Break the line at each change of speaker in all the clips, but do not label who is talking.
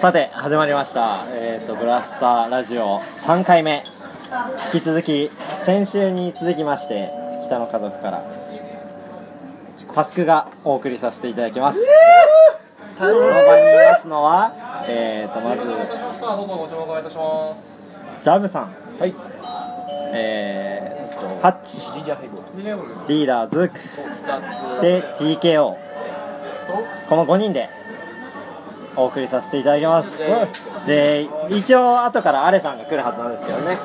さて始まりました、えー、とブラスターラジオ3回目引き続き先週に続きまして北の家族からタスクがお送りさせていただきますこの場にいますのは、えー、とまず
どうぞご紹介いたします。
ザブさん
はい。
えー、とハッチ
ジンジャーフェイブ。ジンジャーフェイブ。
リーダーズーク
二つ。
で TKO この5人でお送りさせていただきますで一応後からアレさんが来るはずなんですけどね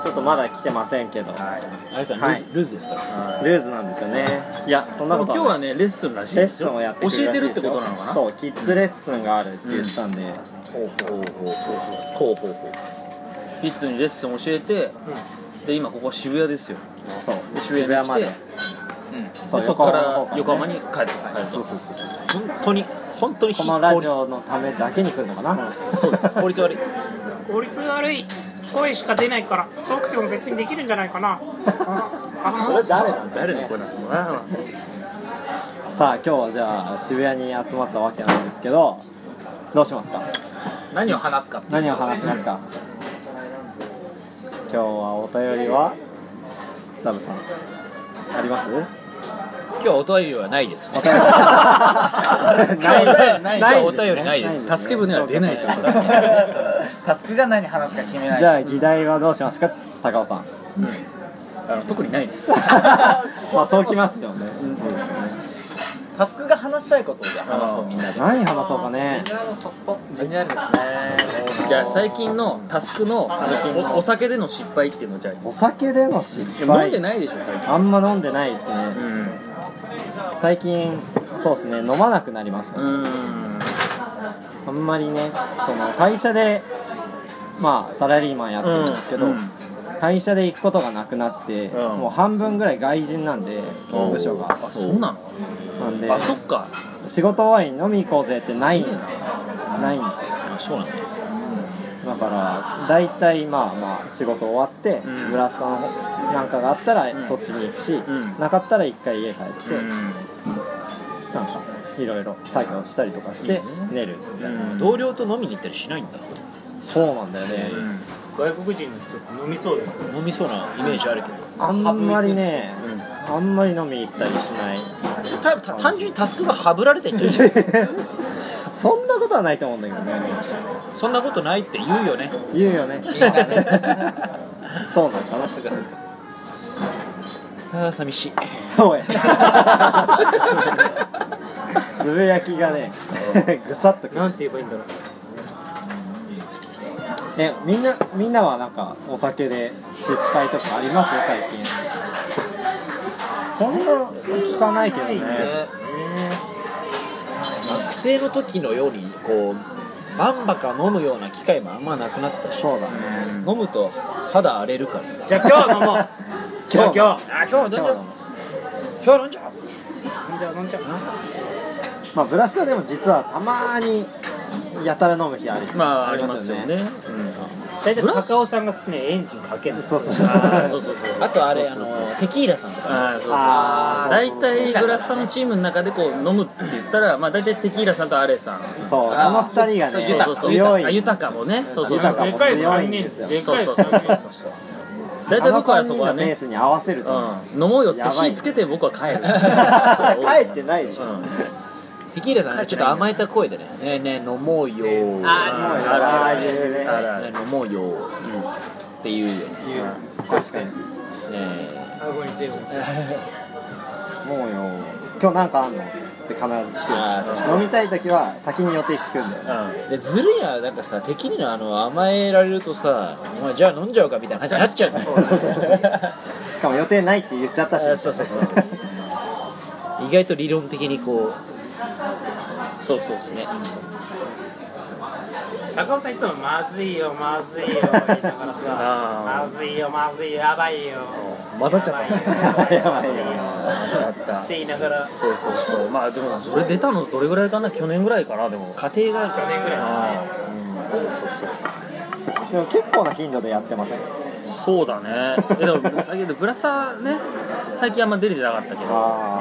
ちょっとまだ来てませんけど、
あれさん、
はい
ルーズルーズですから。
ルーズなんですよねいやそんな
今
こと
日
は
は
ない
ね、レッスンらしい
レッ
です
スン
よ。
をやって
教
くる
え
らしいです
て
よ
るってことなのかな。
そうキッズレッスンがあるって言ってたんで、
ほうほうほう。
キッズにレッスン教えて、で今ここ渋谷ですよ。
そう
で
渋
渋谷
谷
に
ま
来
で
て、
そ
そうそこから
横
横
浜
浜
の
に
方
帰ってくる。そうそう
本当に本当に
このラジオのためだけに来るのかな、
そう です。
効率悪い。
効率が悪い声しか出ないからトークでも別にできるんじゃないかな
それ誰なんだ
誰の声なんだろうな。
さあ今日はじゃあ渋谷に集まったわけなんですけどどうしますか
何を話すか。
何を話しますか今日はお便りはザブさんあります
今日はお便りはないです。
お便 りない
ないないお便りないです
ない
助け舟は出ないということですね。
タスクが何話すか決め
じゃあ議題はどうしますか高尾さん
あの特にないです。
まあそうきますよねそうですよね
タスクが話したいことをじゃあ話そうみんなで。
何話そうかね
ジンジャーですね。
じゃあ最近のタスクのおお酒での失敗っていうのをじゃ
お酒での失
あ。
敗
飲んでないでしょ最近。
あんま飲んでないですね
うん。
最近そうですね飲まなくなりました、
うん。
あんまりねその会社でまあサラリーマンやってるんですけど、
うん
会社で行くことがなくなって、
うん
もう半分ぐらい外人なんで勤務所が
あそうな
な
の。
んで
あそっか。
仕事終わりに飲み行こうぜってないないんですよ
そうなの。
だから大体まあまあ仕事終わって、
うん
ブラスターの方なんかがあったらそっちに行くし、
ん
なかったら一回家帰って、
うん。
なんかいろいろ作業したりとかして寝る、
うん。
同僚と飲みに行ったりしないんだ。
そうなんだよね、
外国人の人って飲みそうだよ
飲みそうなイメージあるけど。
あんまりね、あんまり飲み行ったりしない
たた単純にタスクがはぶられていってる。
そんなことはないと思うんだけどね
そんなことないって言うよね。
言うよね
みんなね
そうなんかな
タスクがすると。ああ寂しい。
お いつぶやきがねぐさっとくる
なんて言えばいいんだろう
えみんなみんなはなんかお酒で失敗とかあります最近そんな聞かないけどね
学生の時のようにこうバンバカ飲むような機会もあんまなくなったし。
そうだね
飲むと肌荒れるから。
じゃあ今日飲も うじゃあ今
あ今日飲んじ
今日
ゃう。今日飲んじゃう。
日飲んじゃう飲んじゃう
まあブラスターでも実はたまにやたら飲む日あり
まあありますよね。
大体高尾さんがねエンジンかける
そうそう
あーそうそうそう。
あとあれあのテキーラさんとか
あーそうそう
あー
大体グラスさんのチームの中でこう飲むって言ったら、まあ、大体テキーラさんとアレさん
そうその二人が
そう
ね
そうそう
強
あ
い
豊かもねそうそう
豊かも強いんですよ
で
そ
か
う
い
そうそうそう大体
あの
僕は
3
そ
人
こは
のペ
ね
ースに合わせると、
うん、飲もうよっつって火つけて僕は帰る
帰ってないでしょ、
うん
テキーラさんねちょっと甘えた声でね「ねえねえ飲もうよ」
あ
もうよ
ある
あ
あ
あいうね
あるある
ねえ飲もうよ」って言うよね
確かに
え
顎に手を
もうよ今日なんかあんのって必ず
あ
聞
ー確
くし飲みたい時は先に予定聞くんだよね
ーでずるいななんかさテキーラのあの甘えられるとさ「お前じゃあ飲んじゃうか」みたいな感じになっちゃうんだよ
しかも予定ないって言っちゃったし
あそうそうそうそう意外と理論的にこ
そうそうですね
高尾さんいつもまずいよまずいよ言いなが らさまずいよまずいよやばいよ
う混ざっちゃっ
やばい よ
やばいよ
だった
って言いながら
そうそうそうまあでもそれ出たのどれぐらいかな去年ぐらいかなでも
た家庭があるか
去年ぐらいだね
でも結構な頻度でやってます
そうだねえでも先ほどブラサーね最近あんま出れてなかったけど
あ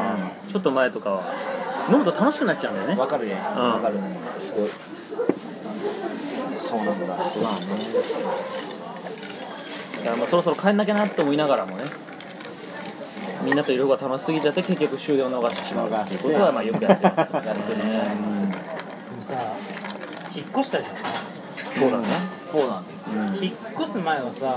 ちょっと前とかは飲むと楽しくなっちゃうんだよ
ら
ね
わかるね
うん
わかるすごい
そうなんだ
まあねだからもうそろそろ帰んなきゃなって思いながらもねみんなといる方が楽しすぎちゃって結局終了を逃してしまうっていうことはまあよくやってますやってるね
もさ引っ越したじゃ
そうだね
そうなんです
ん引っ越す前はさ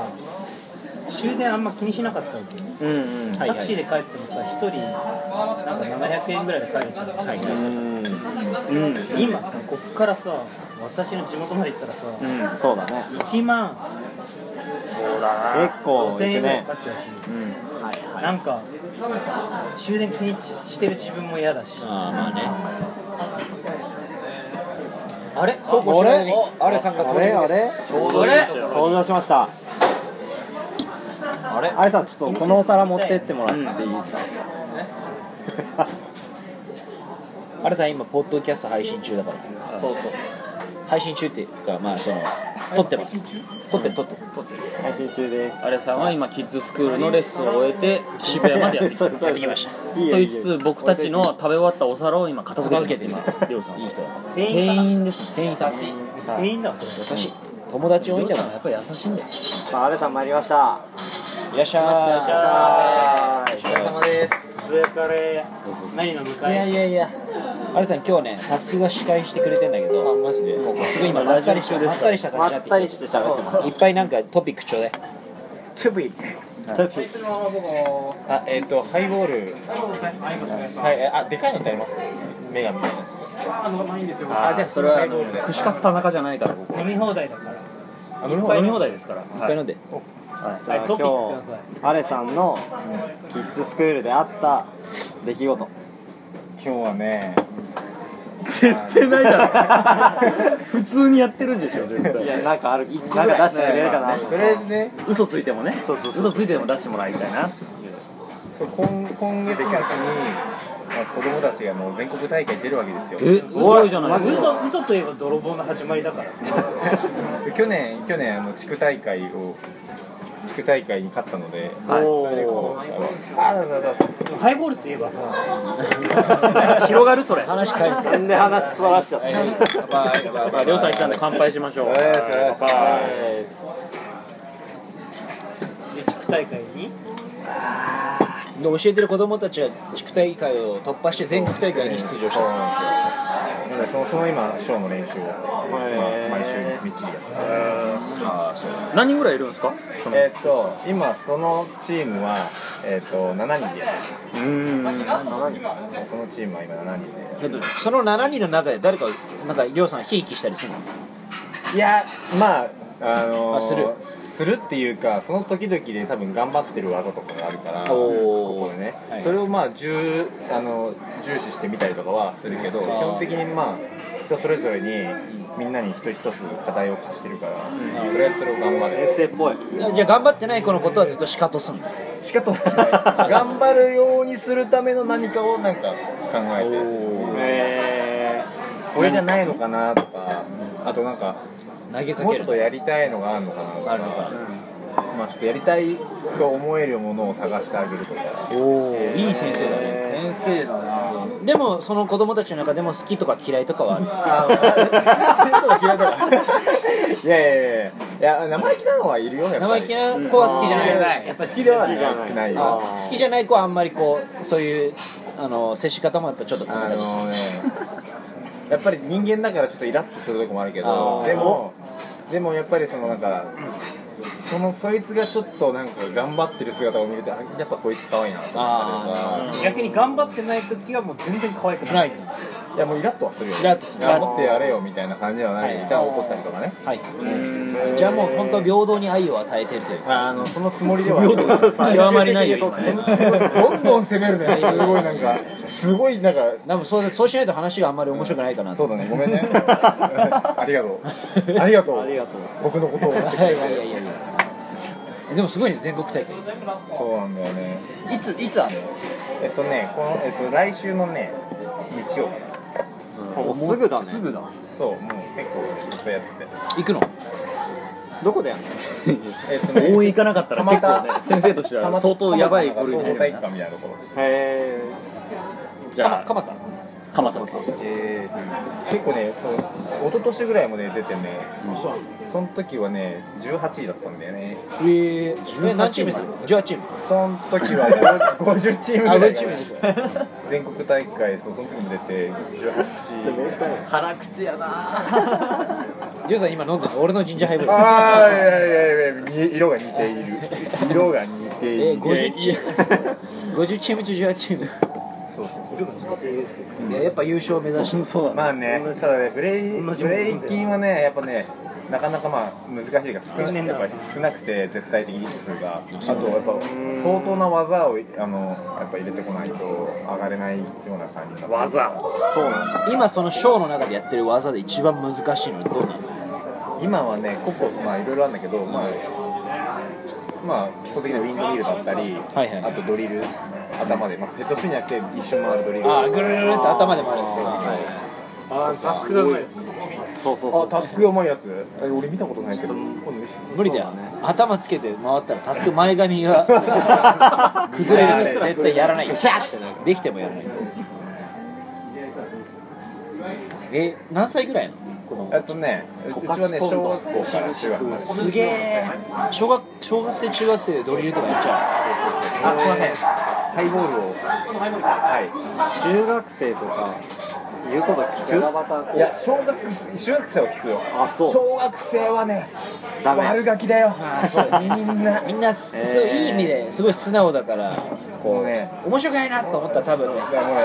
終電あんま気にしなかったわけよ
うんうん
タクシーで帰ってもさ一人なんか700円ぐらいで帰れちゃう、
うん
うん
今さこっからさ私の地元まで行ったらさ、
うん
そうだね
1万
そうだな
結構いく
5000円ぐらい
ね
かかっちゃうし、
うん
なんか終電気にしてる自分も嫌だし
ああまあね
あれ
そうこうしないにアレさんが
あ
登
れ
場
あ
で
れ
す
ちょうどいいですよ
登場しました
あれ
あれさんちょっとこのお皿持ってってもらっていいですか、
アレさん今ポッドキャスト配信中だから
そうそう
配信中っていうかまあその撮ってます撮ってる撮ってる
配信中です
あれさんは今キッズスクールのレッスンを終えて渋谷までやって き
そう
た
そうそう
と
やってきました
言いつつ僕たちの食べ終わったお皿を今片付けてます
片付け
今
て
りょうさん
いい人だから
店員
員ですね
店員さん優
店員だわこれ
しい友達多
り
い
ょ
ん
う
だ
さん
か
はやっぱり優しいんだよ
まあ、アレさん参りました
らいらっしゃ
はーい
お疲れ様です
ずっとあれ何の迎え
やいやアレさん今日ねタスクが司会してくれてんだけどマジですごい今ま
ラ
っ
ジ
た
オ
り
中
し
ですから
まったりした
ま
感じ
っ
に
た
なっ
り
て
して喋ってます
きていっぱいなんかトピックちょうだい
トピック
あ、えっ、と、ハイボール。はい、えあ、でかいのってあります。メガみたいな。
あじゃあそれはあの串カツ田中じゃないからここ
飲み放題だから
飲み放題ですから
いっぱい飲んで
じゃあ
トピックく
今
ださい
日アレさんのキッズスクールであった出来事
今日はね。
絶対ないだろ 普通にやってるでしょ絶
い
対
やなんかあるなんか出してくれるかな
とりあえずね、
嘘ついてもね
そうそうそう
嘘ついても出してもらいたいな
そう、今、今月末に。まあ、子供たちがもう全国大会出るわけですよ。
えすごいじゃないですか
嘘嘘といえば泥棒の始まりだから
で去年、去年、あの地区大会を。地区大会に勝ったので。
はい
それでこう。あのあ、そうそうそうそう。
でもハイボールといえばさ
広がるそれ
話変える
なんで話すばらしちゃった
まありょうさん来たんで乾杯しましょう
はいはい
乾杯
で地区大会に
で教えてる子供たちは地区大会を突破して全国大会に出場した
なので、その、その今、ショーの練習を。
へ
まあ、
ー
毎週みっちりやってます。
何人ぐらいいるんですか
えっと、今、そのチームは、えっと、七人でやってます。うん、そのチームは今七人で。
その7人の中で誰かなんかりょうさんひいきしたりするの
いやまああのー
あする
するっていうかその時々で多分頑張ってる技とかがあるから
おー
ここでね、
はい
それをまあ重あの重視してみたりとかはするけど基本的にまあ人それぞれにみんなに一つ一つ課題を課してるから、とりあえずそれを頑張る
先生っぽい
じゃあ頑張ってない子のことはずっとシカトすんの
しかともしない 頑張るようにするための何かをなんか考えて
え
これじゃないのかなとかあとなんか
投げか
もう
け
ちょ
る
っとやりたいのがあるのかなとか
あるのか
まあちょっとやりたいと思えるものを探してあげるとか
おおいい先生だね
先生だな
でもその子供たちの中でも好きとか嫌いとかはある
いやいやいやいや生意気なのはいるよやっぱ
生
り
意気な子は好きじゃない
好きではないよ
好きじゃない子はあんまりこうそういうあの接し方もやっぱちょっと冷
あ
たいです
のねやっぱり人間だからちょっとイラッとするとこもあるけど
あー
でもでもやっぱりそのなんかそのそいつがちょっとなんか頑張ってる姿を見るとあやっぱこいつ可愛いなと思ったりとか
逆に頑張ってない時はもう全然可愛くない
ないです
いやもうイラッとはするよ
イラッとする
いやもっとやれよみたいな感じはない、
はい
じゃあ怒ったりとかね
はいじゃあもう本当平等に愛を与えてるという
ああのそのつもりではある
極まりないよ今ね
どんどん攻めるねすごいなんかすごいなんか
多分そうそうしないと話があんまり面白くないかなと
そうだねごめ んねありがとうありがとう
ありがとう
僕のことを
いやいやいやいやいやでもすごいね全国大会
そうなんだよね
いついつあんの
えっとねこの、えっと、来週のね日曜
もうすぐだねすぐだ
そうもう結構ずっとやってて
行くの
どこでやんの
えっと
応援行かなかったら結構
蒲
ね
田
先生としては相当やばい
ゴ
部
ル
類に
フ
入
体
る
育
な
館みたいなところ
へえ
じゃあ
蒲田
蒲蒲田とか
えー結構ねそう一昨年ぐらいもね出てね、その時はね18位だったんだよね
えー、何チームですか18チーム
その時 はご50チームぐらいかな
あ50チ
全国大会そうその時も出て18チーム
辛口やな
ジューさん今飲んでる俺のジンジャーハイボール
ああいやいやいやに色が似ている色が似てい
え
る
ー、50チーム50チーム中18チーム
そう
いややっぱ優勝を目指して
そうなの
まあねただねブレイブレイキンはねやっぱねなかなかまあ難しいが少なやっぱり少なくて絶対的に数があとやっぱ相当な技をあのやっぱ入れてこないと上がれないような感じ技
そうなんだ今そのショーの中でやってる技で一番難しいのはどうなの
今はね個々まあいろいろあるんだけどまあまあ基礎的なウィンドミルだったり、
はいはい
あとドリル頭で、まあ、ヘッドスピンじゃなくて一瞬回るドリル
あーぐるぐるぐるって頭で回るんですけど
あータスクがうまいですね
そうそう
あタスクがうまいやつえ俺見たことないけど今度見せて
無理だよ頭つけて回ったらタスク前髪 が崩れるから絶対やらないよシャーってなるできてもやらないえ何歳ぐらいなのこの
えっとね、うちはね、小学校から中学まで。
すげえ小学小学生中学生でドリルとかやっちゃ
あ、すいません。ハイボールを。は
中学生とか言うこと聞く
い。いや、小学生、中学生は聞くよ。
あそう
小学生はね、
ダメ
悪ガキだよ
あーそう。
みんな
う。みんなす、そういい意味ですごい素直だから
こうね。
面白くないなと思ったら多分ね
いや、もうね、わ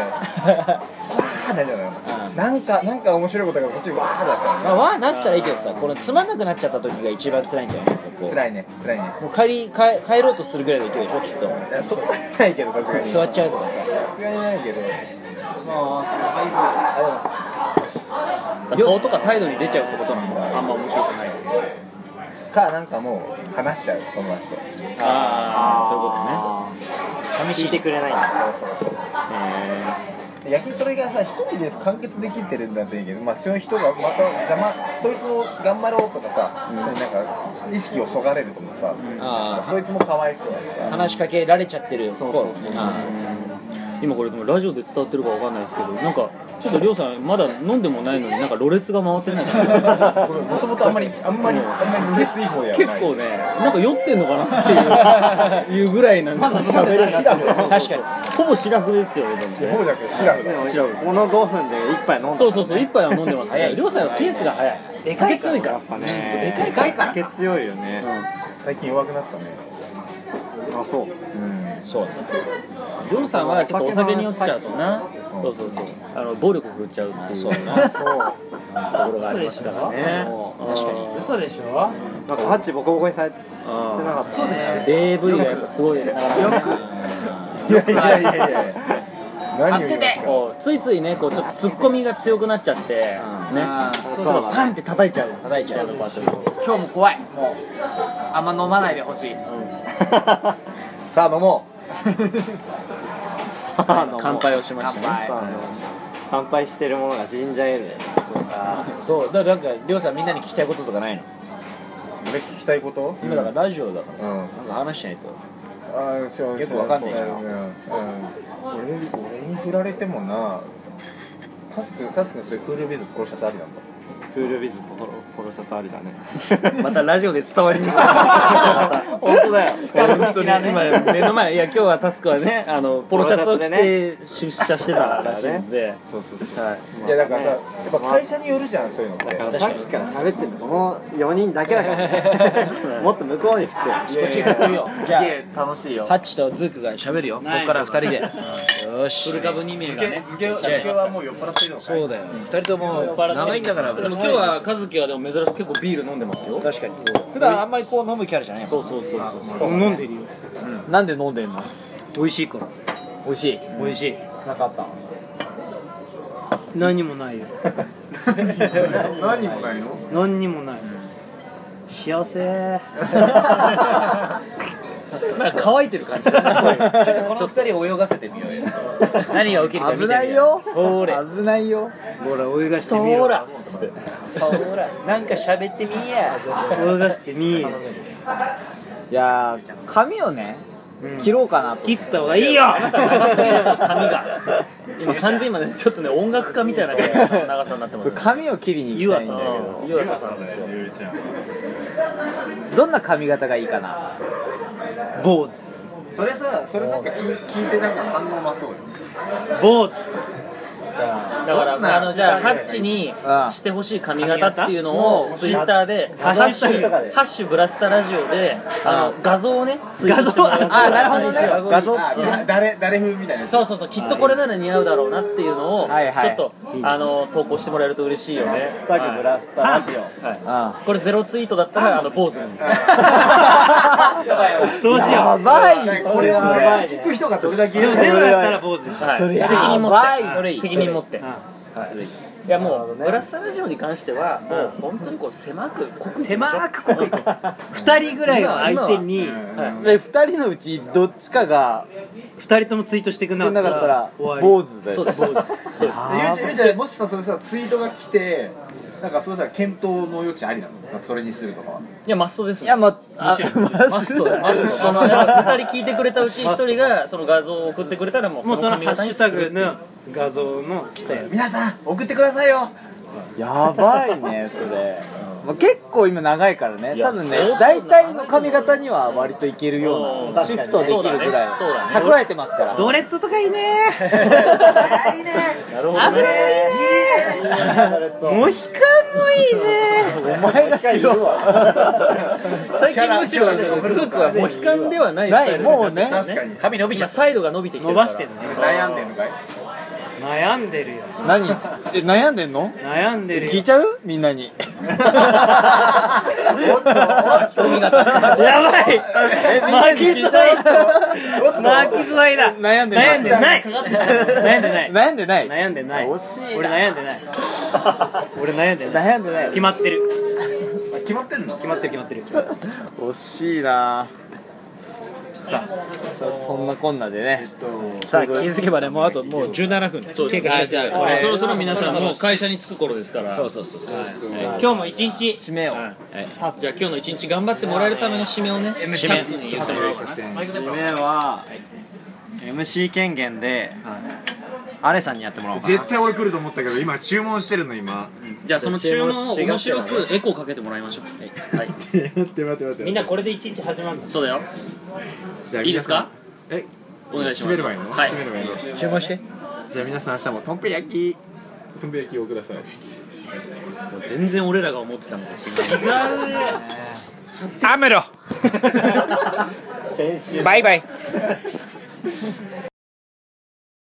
ーなんじゃないの。なんか、なんか面白いことがこっちわーだった
まあ、わーなってたらいいけどさこのつまんなくなっちゃった時が一番辛いんじゃないなんかこ
の。
う
辛いね、辛いね。
もう帰り帰帰ろうとするぐらいの勢いでしょきっと
いや、そこまでないけど、さすがに。
座
さ
っちゃうとかさ
すがにないけど。
顔とか態度に出ちゃうってことなんだあんま面白くない
か、なんかもう、話しちゃう、友達と。
ああそういうことね
聞いてくれないんだ
逆にそれがさ一人で完結できてるんだっていいけど、まあ、その人がまた邪魔そいつも頑張ろうとかさ、そういうなんか意識をそがれるともさ、
あ
そいつもかわいそうだし
あ
さ
話しかけられちゃってるそうそう
今これでもラジオで伝わってるかわかんないですけどなんかちょっとりょうさんまだ飲んでもないのになんかろれつが回ってない
もともとあんまりあんまりあんまり熱い方ではない
結構ねなんか酔ってんのかなっていういうぐらいなんですよ喋れな
シ
い
ラフだ
確
よ
かに
ほぼシラフですよねでもね
ほぼじゃなくてシラフだよ
でもこの5分で一杯飲んだ
そうそうそう一杯は飲んでますけどりょうさんはペースが早い酒強いか
やっ
ら
ぱねでかいから酒強いよね、
最近弱くなったね
あそう
そう
りょうさんはちょっとお酒に酔っちゃうとなそうそうそうあの暴力振るっちゃうっていう
そうだ
そう
ところがありますからね
確かに
嘘でしょ
なんかハッチボコボコにされてなかったそうでしょ
DV がやっぱすごいなかなか
いやいやいやいや何を言うんですか
こうついついねこうちょっとツッコミが強くなっちゃってねそうそうパンって叩いちゃう叩いちゃうのパートに
今日も怖いもうあんま飲まないでほしい
さあ飲 もう
乾杯をしま
乾
したね
杯
乾杯してるものがジンジャーエールだよね
そうだからなんかりょうさんみんなに聞きたいこととかないの
俺聞きたいこと
今だからラジオだからさ、
うん
なんか話しないと
あーそう
よくわかんないじゃん
そううんうん俺俺に振られてもなタスクタスクのそれクールビズ殺しちゃったありなんだ
クールビズポロポロシャツありだね
またラジオで伝わりにくい
本当だよ
本当に今目の前いや今日はタスクはねあのポロシャツを着て出社してたらしいんで
そうそうそう
はい
いやだからさやっぱ会社によるじゃんそういうのって
だからさっきから喋ってるのこの4人だけだからもっと向こうに振ってよ
こっちに振ってるよじゃあ
楽しいよ
ハッチとズークが喋るよこ
ナ
っ
イス
から二人でよーし
2名がね
はもう酔っ払ってるの
そうだよ二人とも長いんだから
今日は和樹はでも珍しく結構ビール飲んでますよ
確かに普段あんまりこう飲むキャラじゃない
そうそうそうそう
飲んでるよ
なんで飲んでんの
美味しいから
美味しい
美味しいなかった何もないよ
何もないの
何にもない幸せ
なんか乾いてる感じだね
この二人泳がせてみようよ何が起きるか見てみようほれ
危ないよ
ほら泳がしてみよ
そうーらつって
ほらなんか喋ってみいや
泳がしてみよ
いやー髪をね
切ろうかなと
切った方がいいよ
あなた長すぎですよ髪が今完全に今ねちょっとね音楽家みたいな感じの長さになってます
そう
ね
髪を切りに行き
湯
たい
浅
ん
さ
だ
ん
け
湯浅さんですよ
ゆうちゃん
どどんな髪型がいいかな
坊主
それさそれなんか聞聞いてなんか反応待とうよ
坊主
だからあのじゃあハッチにしてほしい髪型っていうのをツイッターで「ハッシュハッシュブラスタラジオで」あの画像をねツイートしてもらう
あなるほどね画像付き
あ誰誰風みたいな
そうそうそうきっとこれなら似合うだろうなっていうのをちょ
はいはい
っとあの投稿してもらえると嬉しいよね
タグブラスタラジオ
はい
あ
これゼロツイートだったらあの坊主に
そうしよ
や
う
ばい
これを聞く人がどれだけい
で
る
も
の
ゼロだったら坊主
はい
それやばい
責任持って
それいい
責任持ってはいいやもうブラスタラジオに関してはもう本当にこう狭く濃く
狭く濃く2人ぐらいを相手に
で2人のうちどっちかが
2人ともツイートしてくんな
な
か
か
っ
ったたら
ら終わ
坊主だ
そ
よ
う ですそうですそうです
ゆうちゃんゆうちゃんもしさそれさツイートが来てなんかそれさ検討の余地ありなのなんかそれにするとかはい
やマストです
いやまあ
マ
マ
ス
ス
ト
ト
だよマストそのね2人聞いてくれたうち1人がその画像を送ってくれたらもう
りも
そうの
そ
髪
のハ
型
ッシ
に
ュ
す
タグ
る
の画像の来たや
皆さん送ってくださいよ
やばいねそれ、まあ、結構今長いからね
いや
多分ね
そうだ
大体の髪型には割といけるよう
う
なんシフトできるぐらい、
そうだねそうだね
蓄えてますから
つドレッドとかいいね
い
いね
なるほど
油もいい
ね
ねモヒカンもいいね
お前がしろ
最近むしろねスークはモヒカンではない
ないもうね
確かに
髪伸びちゃサイドが伸びてきて
伸
るから
ばしてるね
悩んでるのかい
悩んでるよ
何え悩んでんの
悩んでる
聞い
よ
ちゃうみんなに
髪型
やばい
えみんな
巻
に
き
聞い
添い
ちゃう
巻き添いだ
悩んでない
悩んでない悩んでない
悩んでない
悩んでない
惜しいな
俺悩んでない俺悩んでない
悩んでない
決まってる
あ決まってんの
決まってる決まってる
惜しいなさあそんなこんなでね
さあ気づけばねもうあともう17分
そう
経過しちゃって
そろそろ皆さんもう会社に着く頃ですから
そうそうそうそう
今日も一日
締めを
はいじゃあ今日の一日頑張ってもらえるための締めをね締めに言ってもらおうかな
夢は MC 権限で、アレさんにやってもらおうかな
絶対俺来ると思ったけど今注文してるの 今
じゃあその注文を面白くエコーかけてもらいましょうはい
みんなこれで一日始まるの
そうだよ
じゃあ
いいですか
皆さんえ
お願いし
閉
ます
めればいいの
はい
閉めればいいの
注文して
じゃあ皆さん明日もとんぺ焼きとんぺ焼きをください
もう全然俺らが思ってたのと違う
アムロバイバイ